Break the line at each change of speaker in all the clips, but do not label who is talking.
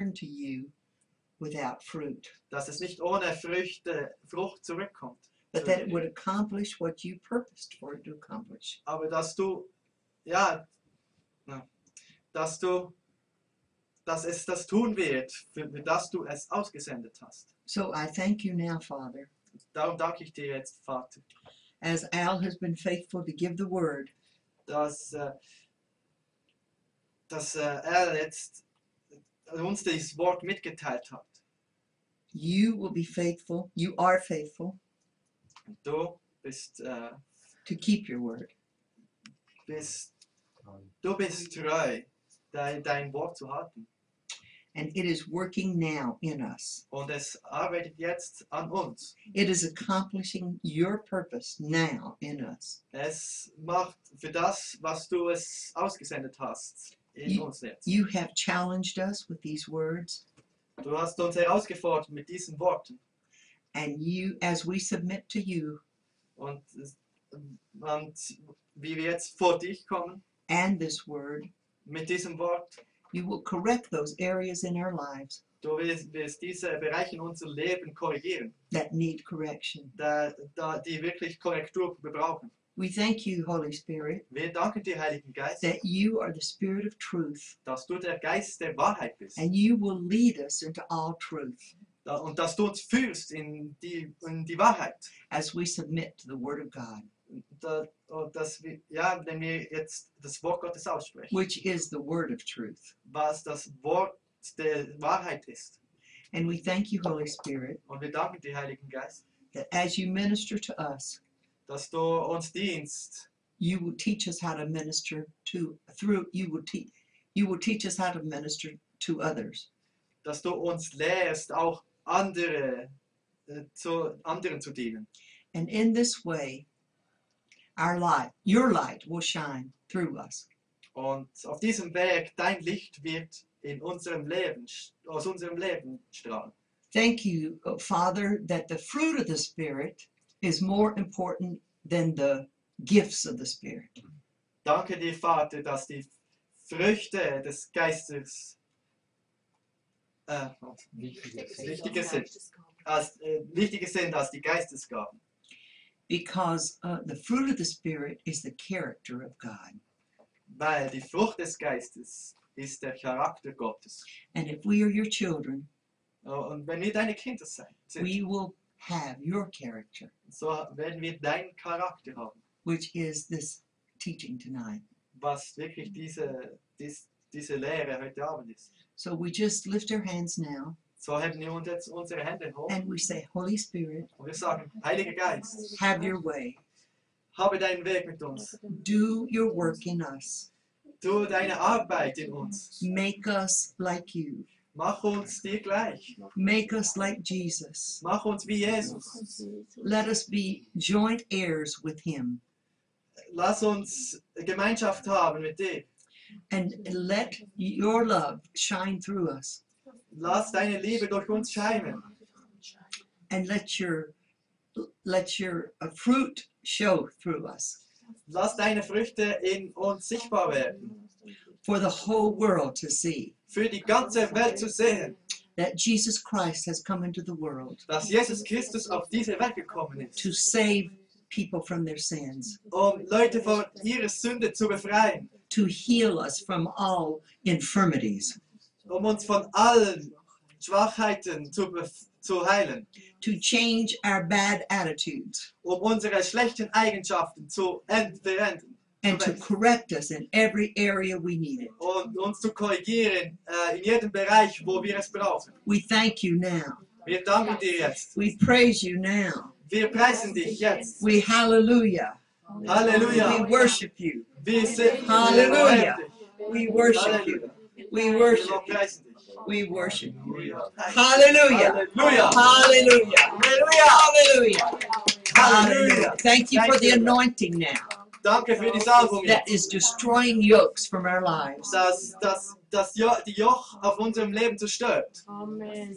return to you without fruit,
dass es nicht ohne Früchte, Frucht zurückkommt,
but that it would accomplish what you purposed for it to accomplish.
aber dass du, ja, na, dass du, dass es das tun wird, für, für das du es ausgesendet hast.
So I thank you now, Father,
Darum danke ich dir jetzt, Vater,
as Al has been faithful to give the word.
dass, äh, dass äh, er jetzt uns dieses Wort mitgeteilt hat.
You will be faithful, you are faithful
Du bist, äh,
to keep your word.
bist, du bist treu, dein, dein Wort zu halten.
And it is working now in us.
Und es arbeitet jetzt an uns.
It is accomplishing your purpose now in us.
Es macht für das, was du es ausgesendet hast, in
Ich-
uns jetzt.
You have challenged us with these words,
Du hast uns herausgefordert mit diesen Worten.
and you, as we submit to you
Und, es- und wie wir jetzt vor dich kommen
and this word,
mit diesem Wort,
you will correct those areas in our lives
du wirst, wirst diese Bereiche in unserem Leben korrigieren,
that need correction.
da, da die wirklich Korrektur brauchen.
We thank you, Holy Spirit,
Wir danken dir, Heiligen Geist,
that you are the Spirit of truth,
dass du der Geist der Wahrheit bist
and you will lead us into all truth
Da- und dass du uns führst in die, in die Wahrheit.
as we submit to the Word of God,
Da, und dass wir, ja, wenn wir jetzt das Wort Gottes aussprechen.
which is the Word of truth.
was das Wort der Wahrheit ist.
And we thank you, Holy Spirit,
Und wir danken dir, Heiligen Geist,
that as you minister to us,
dass du uns dienst.
you will teach us how to minister to through you will teach you will teach us how to minister to others
Dass du uns lehrst, auch andere äh, zu anderen zu dienen.
and in this way our light your light will shine through us
Und auf diesem Weg dein Licht wird in unserem Leben, sch- aus unserem Leben strahlen.
thank you oh, father that the fruit of the spirit is more important than the gifts of the spirit
Danke dir, Vater, dass die Früchte des Geistes äh, wichtiger sind, als, äh, wichtiger sind als die Geistesgaben.
because uh, the fruit of the spirit is the character of god
Weil die Frucht des Geistes ist der Charakter Gottes. Oh,
and if we are your children
Und wenn wir deine Kinder sein- sind,
we will have your character
so werden wir deinen Charakter haben,
which is this teaching tonight
was wirklich diese, dies, diese Lehre heute Abend ist.
So we just lift our hands now
So heben wir uns jetzt unsere Hände hoch
and we say, Holy Spirit,
und wir sagen, Heiliger Geist,
have your way.
habe deinen Weg mit uns.
Do your work in us.
Tu deine Arbeit in uns.
Make us like you.
Mach uns dir gleich.
Make us like Jesus.
Mach uns wie Jesus.
Let us be joint heirs with him.
Lass uns Gemeinschaft haben mit dir.
And let your love shine through us.
Lass deine Liebe durch uns scheinen.
And let your let your uh, fruit show through us
Lass deine Früchte in uns sichtbar werden.
for the whole world to see
für die ganze Welt zu sehen,
that Jesus Christ has come into the world
dass Jesus Christus auf diese Welt gekommen ist,
to save people from their sins.
um Leute von ihrer Sünde zu befreien,
to heal us from all infirmities,
um uns von allen Schwachheiten zu, bef- zu heilen,
to change our bad attitudes,
um unsere schlechten Eigenschaften zu ent- beenden
and to correct us in every area we need it.
und uns zu korrigieren äh, in jedem Bereich, wo wir es brauchen.
We thank you now.
Wir danken dir jetzt.
We praise you now.
Wir preisen dich jetzt.
We hallelujah.
Halleluja.
We worship you.
Wir sind
Halleluja.
Wir loben dich.
We worship you. We
Halleluja. Wir
worship you.
preisen dich.
We worship you.
Wir
Hallelujah.
Hallelujah.
Hallelujah. Hallelujah. Hallelujah.
Hallelujah.
Thank you Oh, for the anointing now
Danke für die Salbung
that
jetzt.
is destroying yokes from our lives.
dass, dass, dass jo die Joch auf unserem Leben zerstört.
Amen.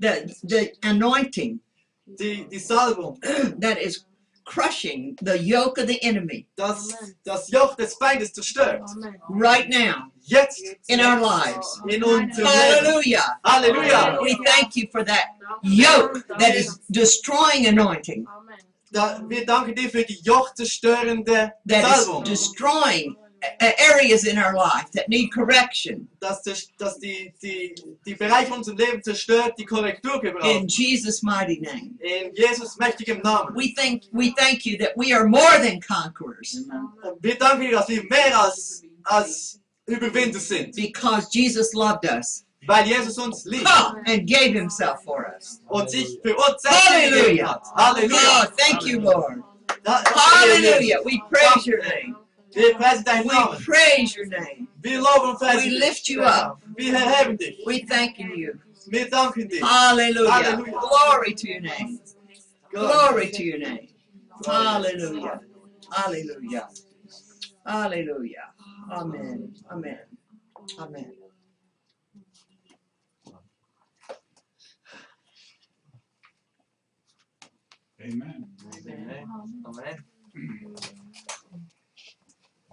The, the anointing
Die, die Salbung,
that is crushing the yoke of the enemy
dass
Amen.
das Joch des Feindes zerstört.
Amen.
right now
Jetzt
in our lives.
in unserem Leben.
Hallelujah.
Halleluja!
We thank you for that yoke that is destroying anointing,
Amen.
Da, wir danken dir für die jochzerstörende
that is
Salbung,
destroying a- areas in our life that need correction.
dass, das, dass die, die, die Bereiche unseres Lebens zerstört, die Korrektur gebraucht.
In Jesus' mighty name.
In Jesus mächtigem Namen.
We thank, we thank you that we are more than conquerors
Und wir danken dir, dass wir mehr als, als Überwinder sind,
because Jesus loved us
weil Jesus uns liebt
ah, and gave himself for us.
und sich für uns selbst gegeben
Hallelujah.
hat. Halleluja!
Oh, thank you, Lord.
Da-
Hallelujah. We praise your name.
Wir preisen deinen
We
Namen.
praise your name.
Wir loben und preisen
We
dich.
lift you up.
Wir erheben dich.
We thank you.
Wir danken dir.
Hallelujah.
Hallelujah.
Glory to your name.
Gott.
Glory to your name. Hallelujah. Hallelujah. Hallelujah. Amen. Amen. Amen.
Amen.
Amen.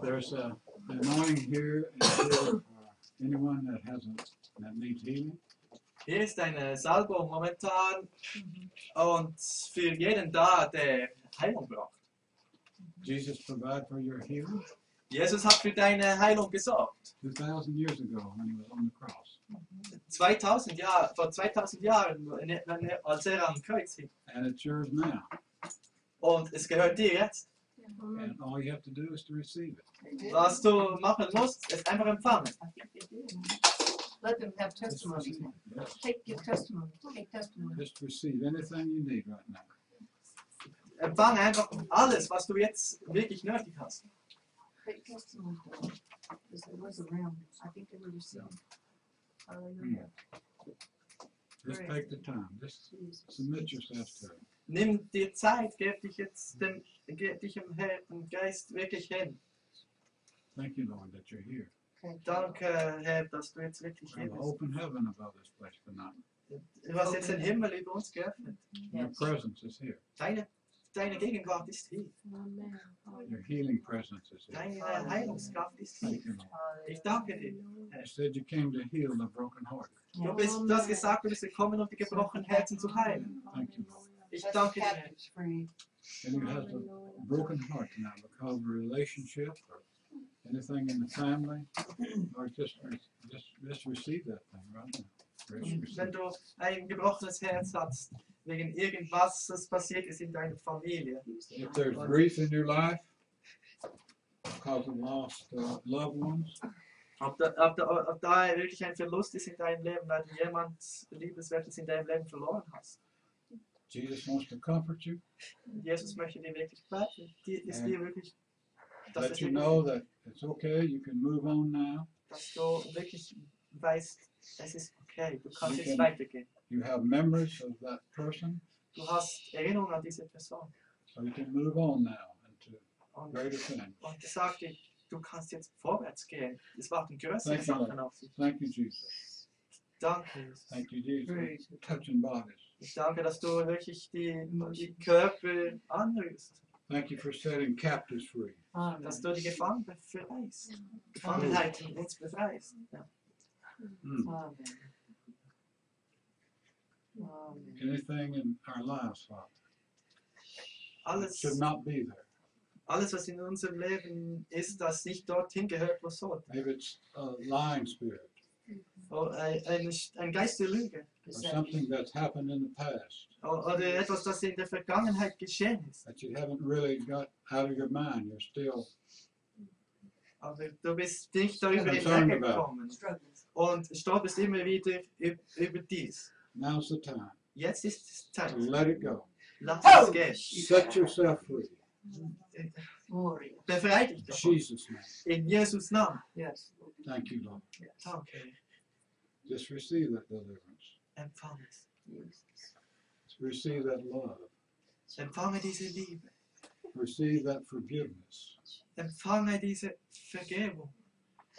There's a an anointing here and for uh, anyone that hasn't, that needs healing.
Hier ist eine Salbung momentan und für jeden da, der Heilung braucht.
Jesus provided for your healing
Jesus hat für deine Heilung gesorgt.
two thousand years ago when he was on the cross.
2000 Jahre, vor 2000 Jahren, wenn er- als er am Kreuz hing.
And it's yours now.
Und es gehört dir jetzt.
Amen.
And all you have to do is to receive it.
Was du machen musst, ist einfach empfangen.
Let them have
Just
testimonies.
receive it. Yes.
Take, give testimony, take testimony.
Just receive anything you need right now.
Empfange einfach alles, was du jetzt wirklich nötig hast.
Take testimony. Because there was around, I think they were receiving. Hallelujah.
Just take the time. Just submit yourself to him.
Nimm dir Zeit, gib dich jetzt dem, gib dich im, Herr, im Geist wirklich hin.
Thank you, Lord, that you're here.
Danke, Herr, dass du jetzt wirklich
We
hier
have an
bist.
open heaven above this place tonight.
Du hast jetzt den Himmel über uns geöffnet.
Your presence is here.
Deine, deine Gegenwart ist hier.
Amen.
Your healing presence is here.
Deine Heilungskraft ist hier.
Thank you, Lord.
Ich danke dir.
You said you came to heal the broken heart.
Du, bist, du hast gesagt, du bist gekommen, um die gebrochenen Herzen zu heilen.
Thank you, Lord.
Ich
Set the
danke dir. Herr.
captives free.
And you have the broken heart tonight because of a relationship or anything in the family. Lord, just, re- just, just receive that thing right now.
Und
Just
wenn
receive.
du ein gebrochenes Herz hast, wegen irgendwas, das passiert ist in deiner Familie,
If there's grief in your life because of lost uh, loved ones,
ob da, ob, da, ob da wirklich ein Verlust ist in deinem Leben, weil du jemand Liebeswertes in deinem Leben verloren hast.
Jesus wants to comfort you,
Jesus möchte dir wirklich helfen. Die ist dir wirklich, dass, es
let you
dir,
know that it's okay, you can move on now.
dass du wirklich weißt, es ist okay, du kannst
Okay.
jetzt weitergehen.
You have memories of that person,
Du hast Erinnerung an diese Person.
so you can move on now into
Und,
greater things.
und er sagt dir, du kannst jetzt vorwärts gehen. Es warten größere
Thank you, Lord.
Sachen auf dich.
Thank you, Jesus.
Danke, Jesus.
Thank you, Jesus.
Praise you.
Touching bodies.
Ich danke, dass du wirklich die, die Körper anrührst.
Thank you for setting captives free.
Amen.
Dass du die Gefangenen befreist. Gefangenheit von uns befreist. Ja.
Amen. Amen.
Anything in our lives, Father, that
Alles,
should not be there.
alles, was in unserem Leben ist, das nicht dorthin gehört, wo es soll.
Maybe it's a lying spirit
Oh, ein, ein ein Geist der Lüge.
or something that's happened in the past
O- Oder etwas, das in der Vergangenheit geschehen ist.
that you haven't really got out of your mind. You're still
Aber du bist nicht darüber
Ja, schauen wir mal.
hinweggekommen.
Struggles.
Und stolperst immer wieder üb- über dies.
now's the time
Jetzt ist es Zeit.
to let it go. Oh!
Lass es gehen.
Set yourself free.
Glory.
Befrei dich
In
davon.
Jesus' name.
In Jesus' Namen.
Yes.
Thank you, Lord.
Yes.
Danke.
Just receive that deliverance.
Empfange es.
Receive that love.
Empfange diese Liebe.
Receive that forgiveness.
Empfange diese Vergebung.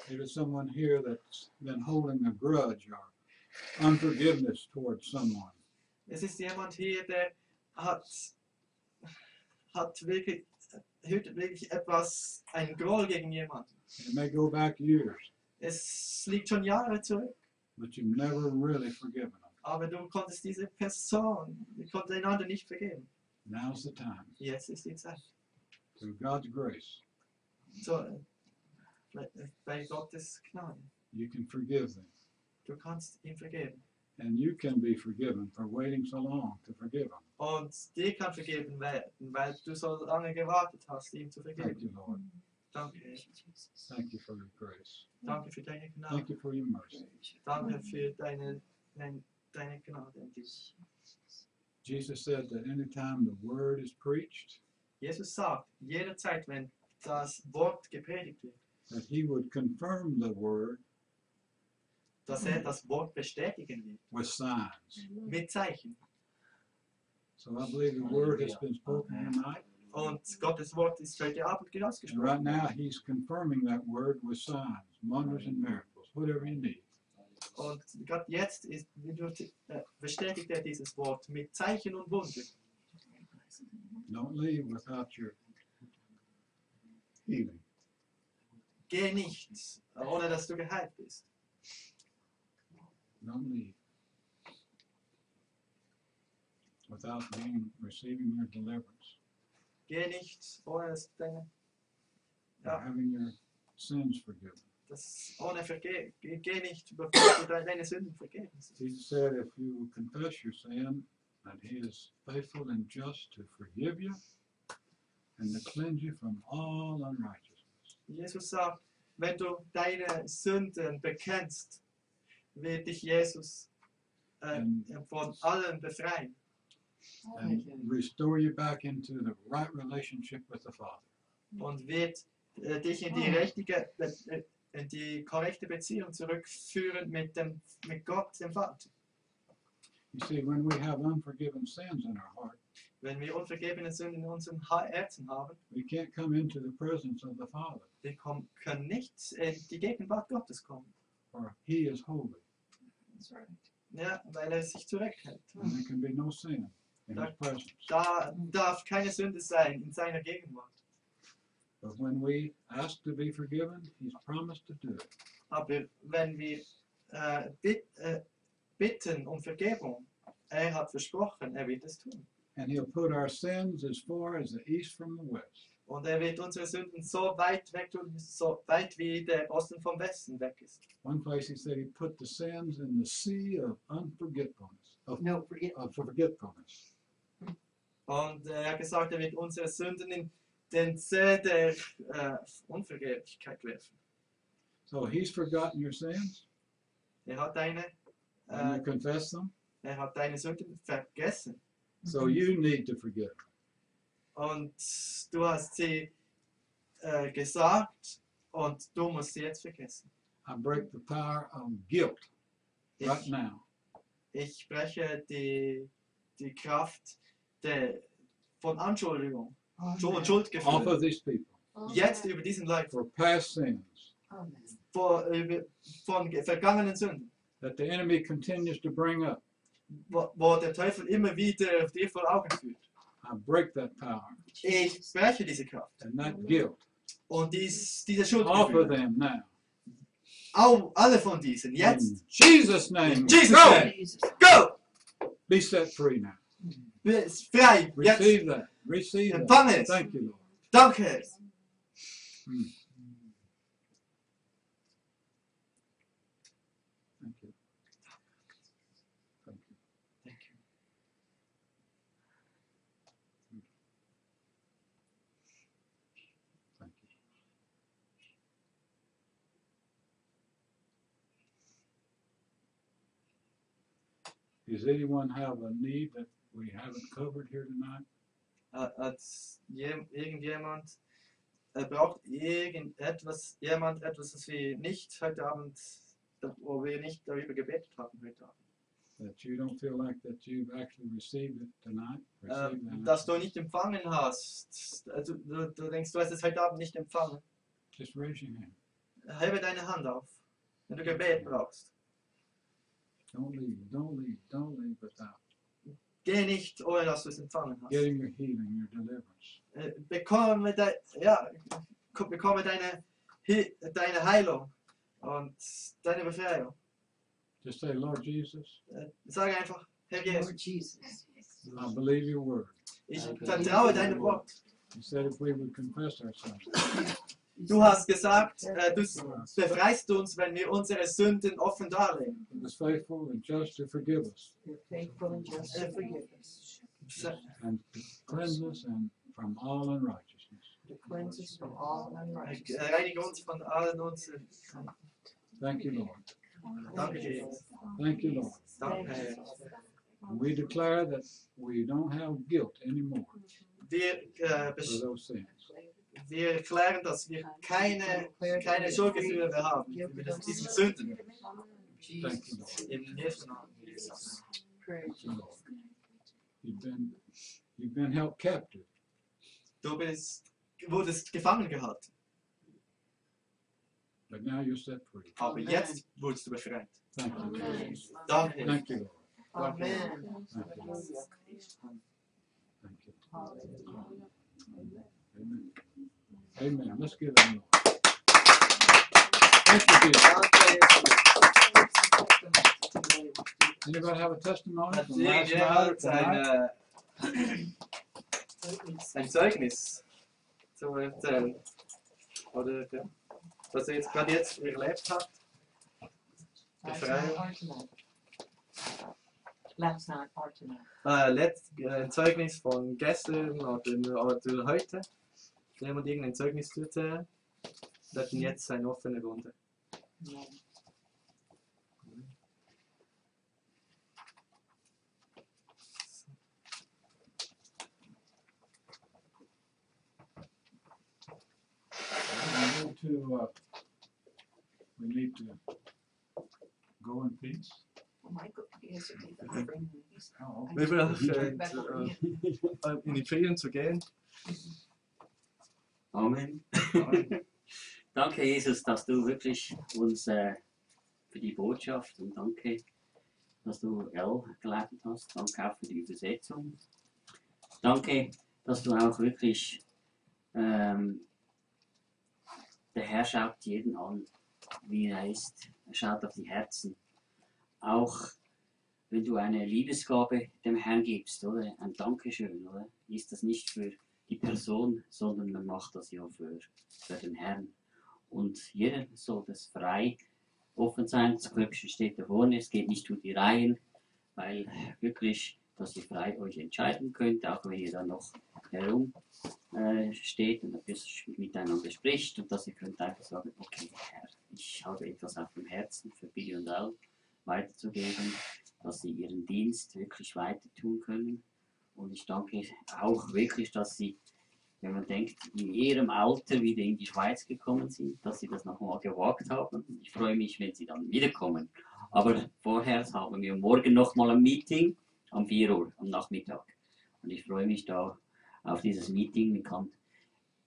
Maybe someone here that's been holding a grudge or unforgiveness towards someone.
Es ist jemand hier, der hat, hat wirklich, hütet wirklich etwas, einen Groll gegen jemanden.
It may go back years,
Es liegt schon Jahre zurück,
but you've never really forgiven them.
aber du konntest diese Person, du konntest einander nicht vergeben.
Now's the time,
Jetzt ist die Zeit.
through God's grace,
So, äh, bei- äh, bei Gottes Gnade.
you can forgive them.
Du kannst ihm vergeben.
And you can be forgiven for waiting so long to forgive them.
Und dir kann vergeben werden, weil du so lange gewartet hast, ihm zu
Thank
vergeben.
you, Lord.
Danke.
Thank you for your grace.
Danke für deine
Thank
Gnade.
you for your mercy.
Danke für deine, dein, deine Gnade an dich.
Jesus said that anytime the word is preached,
Jesus sagt, jederzeit, wenn das Wort gepredigt wird,
that he would confirm the word
dass er das Wort bestätigen wird.
with signs.
Mit Zeichen.
So I believe the word has been spoken tonight.
Und Gottes Wort ist heute Abend
And right
hinausgesprochen.
now, he's confirming that word with signs, wonders, and miracles, whatever you need.
Und gerade jetzt ist, äh, bestätigt er dieses Wort mit Zeichen und Wunder.
Don't leave without your healing.
Geh nicht, ohne dass du geheilt bist.
Don't leave without being receiving your deliverance,
Geh nicht, ohne dass deine,
or
Ja.
having your sins forgiven.
dass, ohne Verge geh geh nicht, bevor du de- deine Sünden vergeben hast.
Jesus said, if you confess your sin, that he is faithful and just to forgive you and to cleanse you from all unrighteousness.
Jesus sagt, wenn du deine Sünden bekennst, wird dich Jesus äh, von allem befreien
And restore you back into the right relationship with the Father.
und wird äh, dich in die richtige, äh, in die korrekte Beziehung zurückführen mit dem, mit Gott, dem Vater.
You see, when we have unforgiven sins in our heart,
Wenn wir unvergebene Sünden in unserem Ha- Herzen haben,
we can't come into the presence of the Father,
wir kommen, können nicht in die Gegenwart Gottes kommen,
for he is holy,
ja, weil er sich zurückhält.
and there can be no sin in his presence.
Da darf keine Sünde sein in seiner Gegenwart.
But when we ask to be forgiven, he's promised to do it.
Aber wenn wir äh, bit, äh, bitten um Vergebung, er hat versprochen, er wird es tun.
And he'll put our sins as far as the east from the west.
Und er wird unsere Sünden so weit weg tun, so weit wie der Osten vom Westen weg ist.
One place he said he put the sins in the sea of unforgetfulness, of,
No, forget.
of forgetfulness.
Und äh, er hat gesagt, er wird unsere Sünden in den See der äh, Unvergeblichkeit werfen.
So he's forgotten your sins
Er hat deine,
and
äh,
you confess them.
er hat deine Sünden vergessen. Mm-hmm.
So you need to forgive.
Und du hast sie äh, gesagt und du musst sie jetzt vergessen.
I break the power of guilt right
Ich,
now.
ich breche die, die Kraft der, von Anschuldigung, Schuld und
Off
Schuldgefühl.
of these people
Jetzt über diesen Leib,
for past sins
vor, über, von ge- vergangenen Sünden,
that the enemy continues to bring up.
wo, wo der Teufel immer wieder dir vor Augen führt.
I break that power
Ich breche diese Kraft
and
Mm-hmm.
that guilt
und dies, diese
off of
Schuldgefühle.
them now.
Au, alle von diesen,
In
jetzt.
Jesus' name.
In Jesus'
go!
name. Go!
Be set free now.
Bist frei, jetzt.
Receive that. Receive that.
Empfange es.
Thank you, Lord.
Danke.
Thank you. Thank you.
Thank you.
Thank you. Does anyone have a need that we haven't covered here tonight?
Äh, Hat jem- irgendjemand, äh, braucht irgendetwas, jemand etwas, das wir nicht heute Abend, wo wir nicht darüber gebetet haben heute Abend?
That you don't feel like that you've actually received it tonight?
Ähm,
Received
dass
that?
du nicht empfangen hast. Also, du, du denkst, du hast es heute Abend nicht empfangen.
Just raise your hand.
Hebe deine Hand auf, wenn du Gebet brauchst.
Don't leave, don't leave, don't leave without
Geh nicht, ohne dass du es empfangen hast.
getting your healing, your deliverance.
Äh, bekomme, de ja, ko- bekomme deine, He deine Heilung und deine Befreiung.
Just say, Lord Jesus,
Äh, sage einfach, Herr Jesus,
Lord Jesus.
I believe your word.
ich
Okay.
vertraue deinem Wort.
You said if we would confess our sins,
Du hast gesagt, äh, du s- befreist uns, wenn wir unsere Sünden offen darlegen.
He was faithful and just to forgive us
You're faithful and just to forgive us,
Se-
and to cleanse us and from all unrighteousness.
to cleanse us from all
äh,
unrighteousness.
Reinige uns von allen unseren.
Thank you, Lord.
Danke, Jesus.
Thank you, Lord.
Danke, Herr.
And we declare that we don't have guilt anymore
Wir, äh,
for
besch-
those sins.
wir erklären, dass wir keine, keine Schuldgefühle mehr haben. Über das- diese Sünden.
Thank you, Lord.
Im Jesu Namen, Jesus.
Thank you, Lord. You've been, you've been held captive.
Du bist, wurdest gefangen gehalten,
But now you're set free.
aber
Amen.
jetzt wurdest du befreit.
Thank you, Jesus.
Danke. Herr.
Thank you, Lord.
Amen.
Thank you. Thank you. Amen. Amen. Let's give them. Thank you, Jesus. Anybody have a testimony
Hat
from last night or
irgendjemand
tonight?
ein, äh, ein Zeugnis zu erzählen? Oder ja, was er jetzt gerade jetzt erlebt hat?
Last night or tonight? Last night or tonight?
Äh, letzt, äh, ein Zeugnis von gestern oder, oder heute? Jemand irgendein Zeugnis zu erzählen? Wir hatten jetzt eine offene Runde.
No.
We need to, uh, we need to go in peace. Oh,
Michael, yes, Oh it did. I bring him. He's-
How-
I
Wir brauchen
just-
äh,
Back over
zu-
here.
äh, in die Ferien zu gehen.
Amen. danke, Jesus, dass du wirklich uns äh, für die Botschaft und danke, dass du L geleitet hast. Danke auch für die Übersetzung. Danke, dass du auch wirklich, ähm, der Herr schaut jeden an, wie er ist. Er schaut auf die Herzen. Auch wenn du eine Liebesgabe dem Herrn gibst, oder? Ein Dankeschön, oder? Ist das nicht für die Person, sondern man macht das ja für, für den Herrn. Und jeder soll das frei offen sein. Das Köpfchen steht da vorne, es geht nicht durch die Reihen, weil wirklich, dass ihr frei euch entscheiden könnt, auch wenn ihr da noch herum äh, steht und ein bisschen miteinander spricht und dass ihr könnt einfach sagen, okay Herr, ich habe etwas auf dem Herzen für Bill und Al weiterzugeben, dass sie ihren Dienst wirklich weiter tun können. Und ich danke auch wirklich, dass sie, wenn man denkt, in ihrem Alter wieder in die Schweiz gekommen sind, dass sie das nochmal gewagt haben. Ich freue mich, wenn sie dann wiederkommen. Aber vorher haben wir morgen nochmal ein Meeting um 4 Uhr am Nachmittag. Und ich freue mich da auf dieses Meeting. Man kann,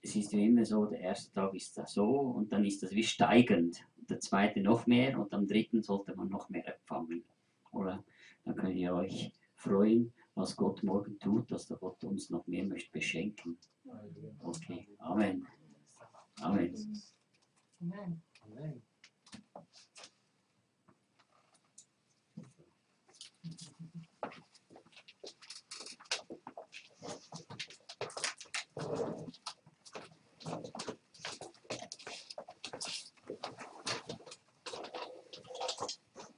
es ist wie immer so, der erste Tag ist das so und dann ist das wie steigend. Der zweite noch mehr und am dritten sollte man noch mehr empfangen. Oder dann könnt ihr euch freuen was Gott morgen tut, dass der Gott uns noch mehr möchte beschenken. Okay, Amen. Amen.
Amen.
Nein.